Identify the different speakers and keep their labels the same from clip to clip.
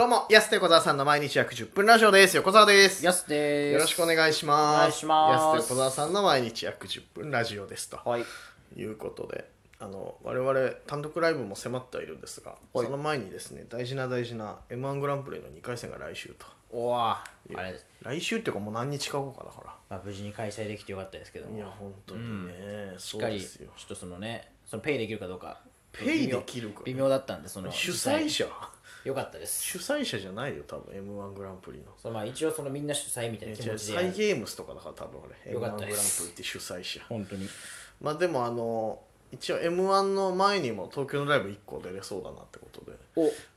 Speaker 1: どうも、安手小沢さんの毎日約10分ラジオです。横澤です。よ
Speaker 2: やすです。
Speaker 1: ろしくお願いし
Speaker 2: お
Speaker 1: ま
Speaker 2: 願い
Speaker 1: す。
Speaker 2: します
Speaker 1: 安手小沢さんの毎日約10分ラジオです。と
Speaker 2: はい。
Speaker 1: いうことで、あの、我々単独ライブも迫ってはいるんですが、
Speaker 2: はい
Speaker 1: その前にですね、大事な大事な M1 グランプリの2回戦が来週と。
Speaker 2: おわあ
Speaker 1: い、う
Speaker 2: あれです。
Speaker 1: 来週っていうかもう何日か後かだか
Speaker 2: まあ、無事に開催できてよかったですけど
Speaker 1: ら。い
Speaker 2: も、
Speaker 1: や、本当にね、
Speaker 2: し
Speaker 1: そ
Speaker 2: っ
Speaker 1: う
Speaker 2: か
Speaker 1: で
Speaker 2: り、
Speaker 1: す
Speaker 2: ちょ
Speaker 1: よ。
Speaker 2: っとそのね、そのペイできるかどうか。
Speaker 1: ペイできるか
Speaker 2: 微妙だったんで、その、
Speaker 1: 主催
Speaker 2: 実
Speaker 1: 者
Speaker 2: 際よかったです。
Speaker 1: 主催者じゃないよ、多分 M1 グランプリの。
Speaker 2: そのまあ、一応、そのみんな主催みたいな気
Speaker 1: じゃ
Speaker 2: 持
Speaker 1: あ
Speaker 2: ち
Speaker 1: サイ・
Speaker 2: で。
Speaker 1: ゲームスとかだから多分あれ M1
Speaker 2: よ
Speaker 1: グラン
Speaker 2: かった
Speaker 1: プリ
Speaker 2: で
Speaker 1: っ
Speaker 2: す
Speaker 1: て主催者
Speaker 2: 本当に。
Speaker 1: まあでもあの一応 m 1の前にも東京のライブ1個出れそうだなってことで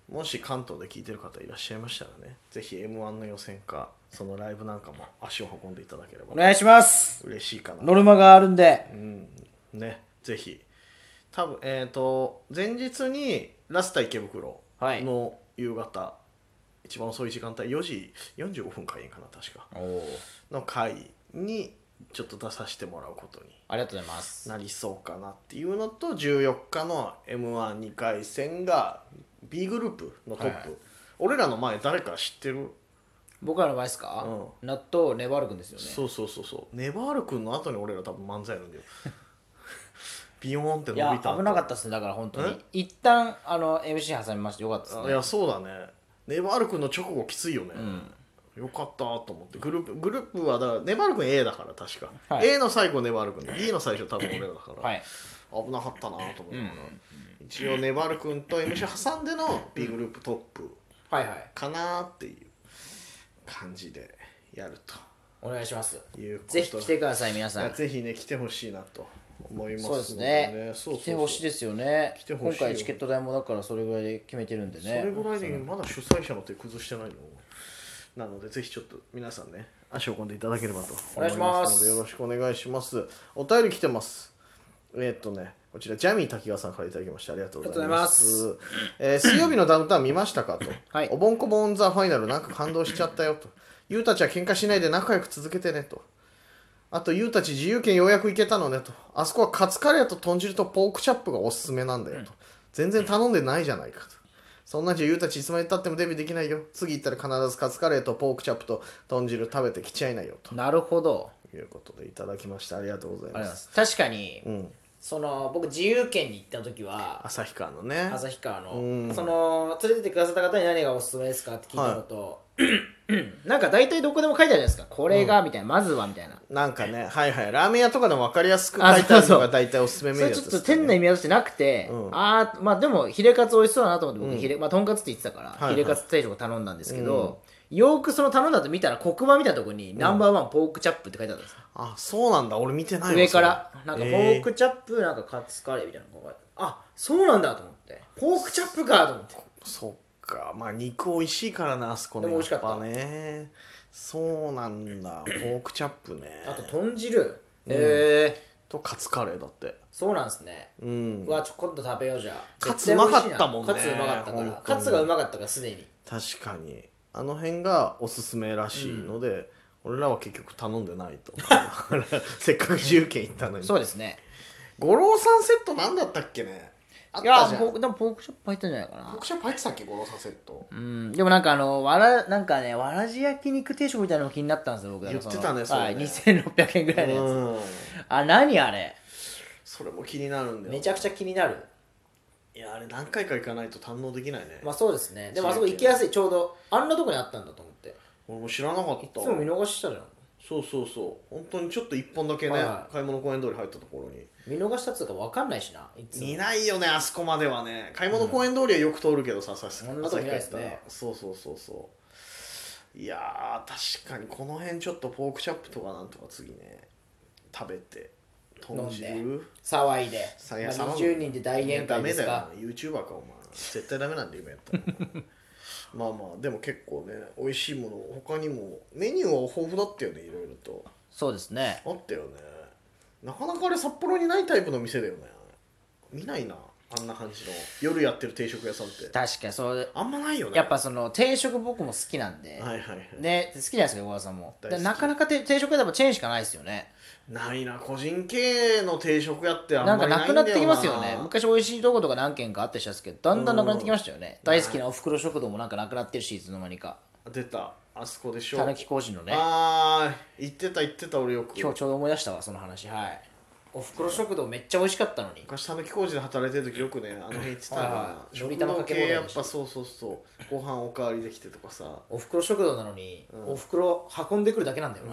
Speaker 2: お、
Speaker 1: もし関東で聞いてる方いらっしゃいましたらねぜひ m 1の予選かそのライブなんかも足を運んでいただけれ
Speaker 2: お
Speaker 1: ば
Speaker 2: 願いします。
Speaker 1: 嬉しいかな
Speaker 2: ノルマがあるんで。
Speaker 1: うんねぜひ多分えっ、と前日にラスタ池袋
Speaker 2: はい
Speaker 1: の夕方、一番遅い時間帯4時45分開演かな確か
Speaker 2: おお。
Speaker 1: の回にちょっと出させてもらうことに
Speaker 2: ありがとうございます。
Speaker 1: なりそうかなっていうのと14日の m 1 2回戦が B グループのトップ、
Speaker 2: はいはい
Speaker 1: 俺らの前誰か知ってる、
Speaker 2: 僕らの場合ですか、
Speaker 1: う
Speaker 2: 納豆ネバール君ですよね。
Speaker 1: そうそうそうそうネバール君の後に俺ら多分漫才なんだよ ビヨーンって伸
Speaker 2: いや、
Speaker 1: びた後
Speaker 2: 危なかったですね。だから本当
Speaker 1: ん
Speaker 2: に。一旦、あの、MC 挟みましてよかったです
Speaker 1: あい
Speaker 2: ね。
Speaker 1: やそうだねネバール君の直後きついよね、よかったと思ってグループグループはだからネバール君 A だから確か、
Speaker 2: はい
Speaker 1: A の最後ネバール君で B の最初多分俺らだから、
Speaker 2: はい。
Speaker 1: 危なかったなと思って、一応ネバル君と MC 挟んでの B グループトップ
Speaker 2: はいはい。
Speaker 1: かなっていう感じでやる
Speaker 2: お願いします。
Speaker 1: ということ
Speaker 2: ぜひ来てください、皆
Speaker 1: い
Speaker 2: さ
Speaker 1: や
Speaker 2: ん。
Speaker 1: ぜひね来てほしいなと思います
Speaker 2: そうです
Speaker 1: ので
Speaker 2: ね。
Speaker 1: そうそうそう
Speaker 2: 来てほしいですよね。
Speaker 1: てほしいよ
Speaker 2: 今回チケット代もだからそれぐらいで決めてるんで
Speaker 1: それ
Speaker 2: ね。
Speaker 1: ぐらいでまだ主催者の手崩してないのなのでぜひちょっと皆さんね足を込んでいただければと
Speaker 2: お願いします
Speaker 1: 思のでよろしくお願いしますお便り来てますえーっとねこちらジャミー滝川さんからいただきましたありがとうございます
Speaker 2: あ
Speaker 1: えー水曜日のダウンタウン見ましたかと、
Speaker 2: はい
Speaker 1: おぼんこぼんザファイナルなんか感動しちゃったよとゆうたちは喧嘩しないで仲良く続けてねとあと、ユウたち自由圏ようやく行けたのねと。あそこはカツカレーと豚汁とポークチャップがおすすめなんだよと。全然頼んでないじゃないかと。そんなんじゃユウたちいつまでたってもデビューできないよ。次行ったら必ずカツカレーとポークチャップと豚汁食べてきちゃいなよと。
Speaker 2: なるほど。
Speaker 1: いうことでいただきました。ありがとうござい
Speaker 2: ありがとうござい
Speaker 1: ま。
Speaker 2: ますす。確かに、
Speaker 1: うん。
Speaker 2: その僕自由圏に行った時は、
Speaker 1: 旭川のね。
Speaker 2: 旭川の、
Speaker 1: うん
Speaker 2: その連れてってくださった方に何がおすすめですかって聞いたのと、なんか大体どこでも書いてあるじゃないですか。これが、みたいな、まずはみたいな。
Speaker 1: なんかね、はいはい。ラーメン屋とかでも分かりやすく書いてあるのが大体おすすめメ
Speaker 2: そ
Speaker 1: ニュー
Speaker 2: れ
Speaker 1: で
Speaker 2: ちょ
Speaker 1: す
Speaker 2: っ
Speaker 1: か
Speaker 2: と
Speaker 1: らね
Speaker 2: 店内見渡してなくて、
Speaker 1: うん
Speaker 2: ああまあでもヒレカツ美味しそうだなと思って僕、ヒレまあ、とんかつって言ってたから、
Speaker 1: いはい
Speaker 2: ヒレカツ定食を頼んだんですけど、よーくその頼んだと見たら黒板みたいなところに、ナンバーワンポークチャップって書いてあったんですよ、
Speaker 1: あ、そうなんだ。俺見てないわ
Speaker 2: 上から
Speaker 1: それ
Speaker 2: なんかポ
Speaker 1: え
Speaker 2: ークチャップ、なんかカツカレーみたいなのがあそうなんだと思ってポークチャップかと思って
Speaker 1: そっかまあ肉美味しいからなあそこね
Speaker 2: でも美味しかった
Speaker 1: やぱねそうなん だポークチャップね
Speaker 2: あと豚汁ええ
Speaker 1: とカツカレーだって
Speaker 2: そうなんですね
Speaker 1: うん
Speaker 2: うわちょ今度食べようじゃあ
Speaker 1: カツうまかったもんね
Speaker 2: 絶対美味しいなカツうまかったか
Speaker 1: 本
Speaker 2: ら
Speaker 1: 当
Speaker 2: カ
Speaker 1: に
Speaker 2: ツがうまかったからすでに
Speaker 1: 確かにあの辺がおすすめらしいので、俺らは結局頼んでないと せっかく自由軒行ったのに
Speaker 2: そうですね
Speaker 1: 五郎さんセットなんだったっけねあっ
Speaker 2: い
Speaker 1: た
Speaker 2: や
Speaker 1: じゃん
Speaker 2: ポー
Speaker 1: ポ
Speaker 2: クでもポークチャップ入ったんじゃないかな
Speaker 1: ークチャップ入ってたっけ五郎さんセット
Speaker 2: うん、でもなんかあのわらなんかねわらじ焼肉定食みたいなの気になったんですよ僕
Speaker 1: 言ってたね
Speaker 2: そのはい
Speaker 1: そ
Speaker 2: 2600円ぐらいのやつ
Speaker 1: うん
Speaker 2: あ何あれ
Speaker 1: それも気になるんだよ
Speaker 2: めちゃくちゃ気になる
Speaker 1: いやあれ何回か行かないと堪能できないね、
Speaker 2: まあそうですねでもあそこ行きやすいちょうどあんなとこにあったんだと思って
Speaker 1: 俺も知らなかった
Speaker 2: いつも見逃したじゃん
Speaker 1: そうそうそう本当にちょっと一本だけね、
Speaker 2: はいはい
Speaker 1: 買い物公園通り入ったところに
Speaker 2: 見逃したっつうか分かんないしないつも
Speaker 1: 見ないよねあそこまではね買い物公園通りはよく通るけどささす
Speaker 2: そんなとこ見ないですね
Speaker 1: 朝日帰ったらそうそうそうそういやー確かにこの辺ちょっとポークチャップとかなんとか次ね食べて豚
Speaker 2: 飲ん
Speaker 1: 汁
Speaker 2: 騒いで、まあ、
Speaker 1: 三夜三晩
Speaker 2: 20人で大宴会です
Speaker 1: いやダ
Speaker 2: か
Speaker 1: メだよな YouTuber かお前絶対ダメなんで今やったら まあまあでも結構ね美味しいもの他にもメニューは豊富だったよねいろいろと
Speaker 2: そうですね
Speaker 1: あったよねなかなかあれ札幌にないタイプの店だよね見ないなあんな感じの夜やってる定食屋さんって
Speaker 2: 確かにそう
Speaker 1: あんまないよね
Speaker 2: やっぱその定食僕も好きなんで、
Speaker 1: はいはいはい
Speaker 2: ね好きじゃないですか横川さんも
Speaker 1: 大好
Speaker 2: で
Speaker 1: き
Speaker 2: なかなかて定食屋でもチェーンしかないですよね
Speaker 1: ないな個人経営の定食屋ってあんま
Speaker 2: なんか
Speaker 1: りない
Speaker 2: なん
Speaker 1: だよ
Speaker 2: くな
Speaker 1: な
Speaker 2: ってきますよね昔美味しいとことか何軒かあったりしたんですけどだんだんなくなってきましたよね大好きなおふくろ食堂もなんかなくなってるしいつの間にか
Speaker 1: 出たあそこでしょ
Speaker 2: たぬき工事のね
Speaker 1: あー行ってた行ってた俺よく
Speaker 2: 今日ちょうど思い出したわその話はいおふくろ食堂めっちゃ美味しかったのに
Speaker 1: 昔たぬき工事で働いてる時よくねあの辺行ってた
Speaker 2: はい
Speaker 1: ら
Speaker 2: はい
Speaker 1: 食
Speaker 2: のり玉
Speaker 1: 堂
Speaker 2: かけ
Speaker 1: 系
Speaker 2: 放題
Speaker 1: や
Speaker 2: で
Speaker 1: っ
Speaker 2: しょ
Speaker 1: ぱそうそうそうご飯おかわりできてとか さ
Speaker 2: おふくろ食堂なのに、おふくろ運んでくるだけなんだよ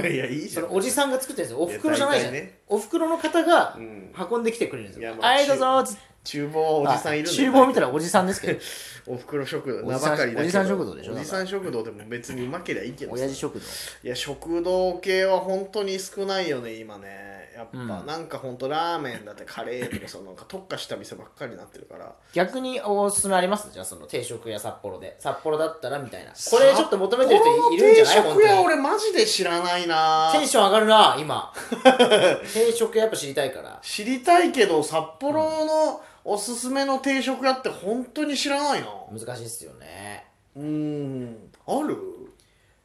Speaker 2: な
Speaker 1: いやいいじ
Speaker 2: そ
Speaker 1: ゃん
Speaker 2: のおじさんが作ってるんですよおふくろじゃないじゃん、
Speaker 1: いや大体ね
Speaker 2: おふくろの方が
Speaker 1: うん
Speaker 2: 運んできてくれるんですよ、
Speaker 1: いやまあ
Speaker 2: はいどうぞーつって
Speaker 1: 厨房はおじさんいる
Speaker 2: あ
Speaker 1: んだ
Speaker 2: 厨房見たらおじさんですけど
Speaker 1: おふくろ食堂
Speaker 2: お
Speaker 1: 名
Speaker 2: じさん
Speaker 1: ばかりだけど
Speaker 2: おじさん食堂でしょ
Speaker 1: おじさん食堂でも別にうまけりゃいいけどさ
Speaker 2: 親父食堂
Speaker 1: いや食堂系は本当に少ないよね今ねやっぱ、
Speaker 2: うん
Speaker 1: なんか本当ラーメンだってカレーとかそのなんか特化した店ばっかりになってるから
Speaker 2: 逆におすすめありますじゃあその定食屋札幌で札幌だったらみたいなこれちょっと求めてる人いるんじゃない
Speaker 1: この
Speaker 2: 本
Speaker 1: 定食屋
Speaker 2: 当に
Speaker 1: 俺マジで知らないな
Speaker 2: テンション上がる な今定食屋やっぱ知りたいから
Speaker 1: 知りたいけど札幌のおすすめの定食屋って本当に知らないな
Speaker 2: 難しいっすよね
Speaker 1: うーんある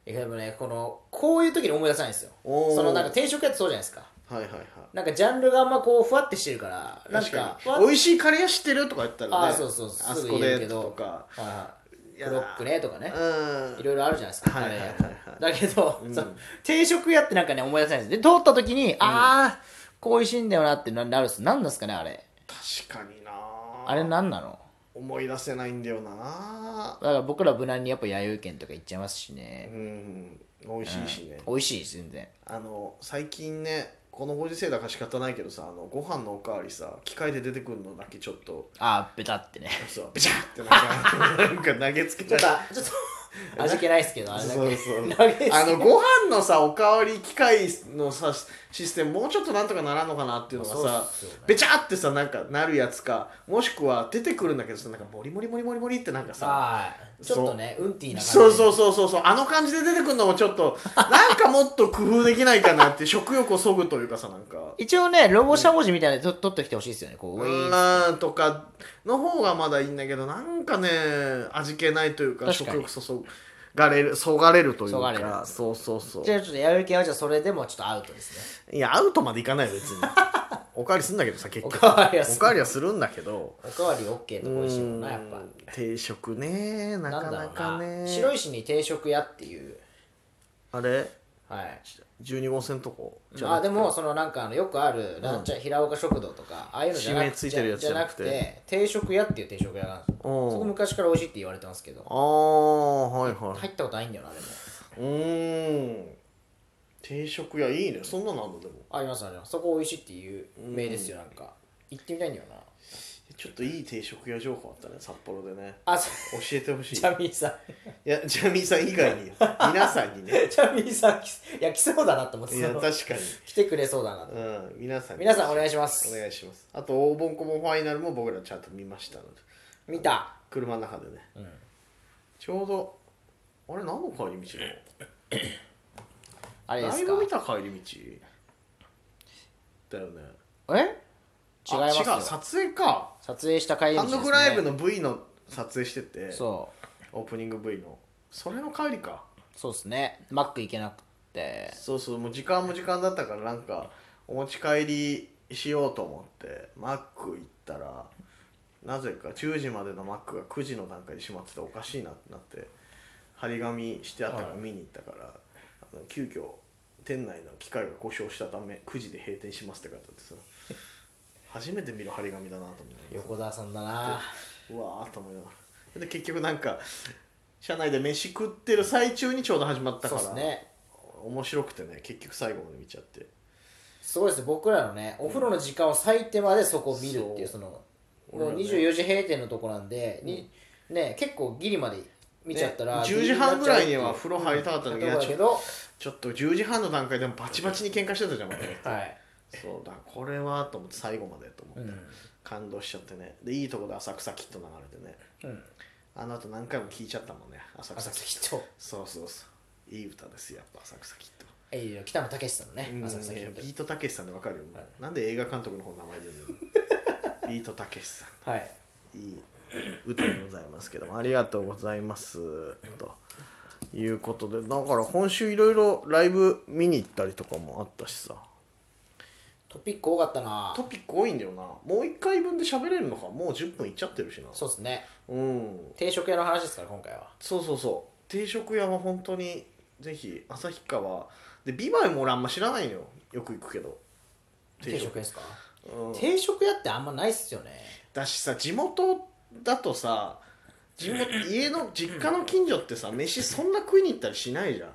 Speaker 2: いやでもねこのこういう時に思い出さないんですよ
Speaker 1: おー
Speaker 2: そのなんか定食屋ってそうじゃないですか
Speaker 1: はいはいはい
Speaker 2: なんかジャンルがあんまこうふわってしてるからなん
Speaker 1: 確
Speaker 2: か
Speaker 1: か
Speaker 2: ふわっ
Speaker 1: に美味しいカレー屋知ってるとか言ったらね
Speaker 2: あそうそうそう
Speaker 1: あそ
Speaker 2: すぐ
Speaker 1: こ
Speaker 2: 言え
Speaker 1: で
Speaker 2: るけど
Speaker 1: とか
Speaker 2: はい
Speaker 1: いや
Speaker 2: ブロックねとか
Speaker 1: う
Speaker 2: ね
Speaker 1: ん
Speaker 2: いろいろあるじゃないですか、
Speaker 1: はいはいはいはい
Speaker 2: カレー屋だけど、
Speaker 1: うん
Speaker 2: その定食屋ってなんかね思い出せないんですで通った時に、ああこう美味しいんだよなってななるんですなんなんですかねあれ
Speaker 1: 確かにな
Speaker 2: あれなんなの
Speaker 1: 思い出せないんだよな
Speaker 2: だから僕ら無難にやっぱ弥生県とか行っちゃいますし
Speaker 1: う
Speaker 2: ね、
Speaker 1: ん美味しいしね、
Speaker 2: 美味しいです全然
Speaker 1: あの最近ねこのご時世だから仕方ないけどさあのご飯のおかわりさ機械で出てくるのだけちょっと
Speaker 2: ああベタってね
Speaker 1: そうビチャって なんかなんか投げつけ
Speaker 2: ちょ
Speaker 1: た
Speaker 2: っ
Speaker 1: り
Speaker 2: と ちょっと味気ないですけどあれだけ
Speaker 1: そうそう
Speaker 2: 投げて
Speaker 1: あのご飯のさおかわり機械のさシステムもうちょっとなんとかならんのかなっていうのが
Speaker 2: まあ
Speaker 1: さ、
Speaker 2: そうっすよね
Speaker 1: べちゃってさなんかなるやつかもしくは出てくるんだけどさなんかモリモリモリモリモリってなんかさ
Speaker 2: はいちょっとねうんてぃな感じで
Speaker 1: そうそうそうそうそうあの感じで出てくるのもちょっ となんかもっと工夫できないかなって食欲をそぐというかさなんか
Speaker 2: 一応ねロゴしゃもじみたいなのと取ってきてほしいですよねこうウィーン
Speaker 1: うんとかの方がまだいいんだけどなんかね味気ないというか
Speaker 2: 確か
Speaker 1: 食
Speaker 2: に
Speaker 1: 欲そそがれるそがれるという
Speaker 2: そがれる
Speaker 1: かそうそうそう
Speaker 2: じゃあちょっと弥生県はじゃあそれでもちょっとアウトです
Speaker 1: いやアウトまでいかないよ別におかわりするんだけどさ結
Speaker 2: ね
Speaker 1: 局
Speaker 2: おかわりは
Speaker 1: おかわりはするんだけど
Speaker 2: おかわり OK の美味しいもん
Speaker 1: う
Speaker 2: なやっ
Speaker 1: ん
Speaker 2: ぱ
Speaker 1: 定食ねな
Speaker 2: な
Speaker 1: か
Speaker 2: んだ
Speaker 1: な
Speaker 2: ろう
Speaker 1: か
Speaker 2: な
Speaker 1: ね
Speaker 2: 白石に定食屋っていう
Speaker 1: あれ
Speaker 2: はい
Speaker 1: 12号線とこじゃな
Speaker 2: あ
Speaker 1: くて
Speaker 2: でもそのなんかあのよくあるなんちゃ平岡食堂とかああいうのじゃな
Speaker 1: 締め
Speaker 2: く
Speaker 1: ついてるやつ
Speaker 2: じゃなく
Speaker 1: じゃな
Speaker 2: て定食屋っていう定食屋があるんですよ
Speaker 1: うん
Speaker 2: そこ昔から美味しいって言われてますけど
Speaker 1: ああはいはい、
Speaker 2: 入ったことないんだよなでも
Speaker 1: うーん定食屋いいねそんなのあんのでも
Speaker 2: ありますありますそこ美味しいっていう名ですよなんか行ってみたいんだよな
Speaker 1: ちょっといい定食屋情報あったね札幌でね
Speaker 2: あそう
Speaker 1: 教えてほしいい
Speaker 2: チャミーさん
Speaker 1: やジャミーさん以外に皆さんにね
Speaker 2: チャミーさんきいや来 そうだなと思って
Speaker 1: いや確かに、
Speaker 2: 来てくれそうだなと
Speaker 1: うん、皆さんに
Speaker 2: 皆さんお願いします
Speaker 1: お願いしますあと黄金コモファイナルも僕らちゃんと見ましたので
Speaker 2: 見た
Speaker 1: 車の中でね、
Speaker 2: ん
Speaker 1: ちょうどあれ何の帰り道なの
Speaker 2: あれで
Speaker 1: ラ
Speaker 2: す
Speaker 1: イ
Speaker 2: か
Speaker 1: ブ見た帰り道だよね
Speaker 2: え違います
Speaker 1: あ違う
Speaker 2: よ
Speaker 1: 撮影か
Speaker 2: 撮影した帰り道
Speaker 1: 単
Speaker 2: です、ね、
Speaker 1: 独ライブの V の撮影してて
Speaker 2: そう
Speaker 1: オープニング V のそれの帰りか
Speaker 2: そうですねマック行けなくて
Speaker 1: そうそうもう時間も時間だったからなんかお持ち帰りしようと思ってマック行ったらなぜか10時までのマックが9時の段階で閉まってておかしいなってなって張り紙してあったから見に行ったから、あの急遽店内の機械が故障したため9時で閉店しますって書いてあってさ初めて見る張り紙だなと思って
Speaker 2: 横澤さんだな
Speaker 1: うわーと思いながらで結局なんか社内で飯食ってる最中にちょうど始まった
Speaker 2: そ
Speaker 1: か
Speaker 2: う
Speaker 1: ら
Speaker 2: ですね
Speaker 1: 面白くてね結局最後まで見ちゃって
Speaker 2: すごいです僕らのねお風呂の時間を割いてまでそこを見るっていう
Speaker 1: そ
Speaker 2: その
Speaker 1: 俺
Speaker 2: も
Speaker 1: ら
Speaker 2: う
Speaker 1: ね
Speaker 2: 24時閉店のとこなんで、にね結構ギリまで見ちゃったら、
Speaker 1: ね
Speaker 2: ギリ
Speaker 1: 10時半ぐらいには風呂入りたかったのに
Speaker 2: になっちゃうっていうとこ
Speaker 1: ちょっと10時半の段階でもバチバチに喧嘩してたじゃん、ま だ
Speaker 2: ろだけどはい
Speaker 1: そうだこれはと思って最後までと思って、
Speaker 2: うん
Speaker 1: 感動しちゃってねでいいとこで「浅草キット」流れてね
Speaker 2: うん
Speaker 1: あの後何回も聴いちゃったもんね浅草
Speaker 2: 浅草
Speaker 1: キッ
Speaker 2: キット
Speaker 1: トそうそうそういい歌ですよやっぱ浅草キット
Speaker 2: えいや北野武さんのね
Speaker 1: うん
Speaker 2: 浅草キ
Speaker 1: いや
Speaker 2: ッ
Speaker 1: ビ
Speaker 2: ト
Speaker 1: ートたけしさんでわかるよ、なんで映画監督の方の名前出るのビ
Speaker 2: い
Speaker 1: ビートたけしさ
Speaker 2: はい
Speaker 1: んいい歌でございますけどもありがとうございますということでだから今週いろいろライブ見に行ったりとかもあったしさ
Speaker 2: トピック多かったな
Speaker 1: トピック多いんだよなもう1回分で喋れるのかもう10分いっちゃってるしな
Speaker 2: そうですね
Speaker 1: うん
Speaker 2: 定食屋の話ですから今回は
Speaker 1: そうそうそう定食屋は本当にぜひ旭川でビバイも俺あんま知らないのよよく行くけど
Speaker 2: 定食屋ですか
Speaker 1: うん
Speaker 2: 定食屋ってあんまないっすよね
Speaker 1: だしさ地元だとさ地元家の実家の近所ってさ飯そんな食いに行ったりしないじゃん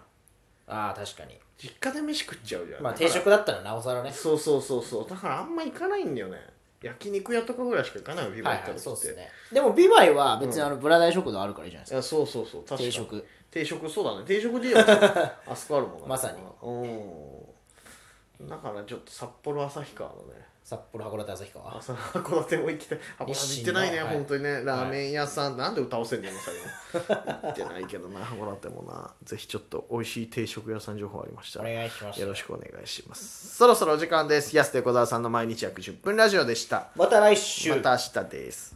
Speaker 2: ああ確かに
Speaker 1: 実家で飯食っちゃうじゃん
Speaker 2: まあ
Speaker 1: だから
Speaker 2: 定食だったらなおさらね
Speaker 1: そうそうそうそうだからあんま行かないんだよね焼肉屋とかぐらいしか行かないよビバ
Speaker 2: は
Speaker 1: イ
Speaker 2: い
Speaker 1: 行った
Speaker 2: はい
Speaker 1: 時
Speaker 2: そうっ
Speaker 1: って、
Speaker 2: すねでもビバイは別にあのブラダイ食堂あるからいいじゃないで
Speaker 1: い
Speaker 2: すか
Speaker 1: やそうそうそう確かに
Speaker 2: 定食
Speaker 1: 定食そうだね定食で言えばあそこあるもんな
Speaker 2: まさに
Speaker 1: うんだからちょっと札幌旭川のね
Speaker 2: 札幌函館旭川
Speaker 1: 朝函館も行きたい函館行ってないね
Speaker 2: 日清のはい
Speaker 1: 本当にねラーメン屋さん、なんで歌わせんの今更行ってないけどな函館もなぜひちょっと美味しい定食屋さん情報ありました
Speaker 2: お
Speaker 1: らよ
Speaker 2: 願いします
Speaker 1: ろしくお願いしますそろそろお時間です安手小沢さんの毎日約10分ラジオでした
Speaker 2: また来週
Speaker 1: また明日です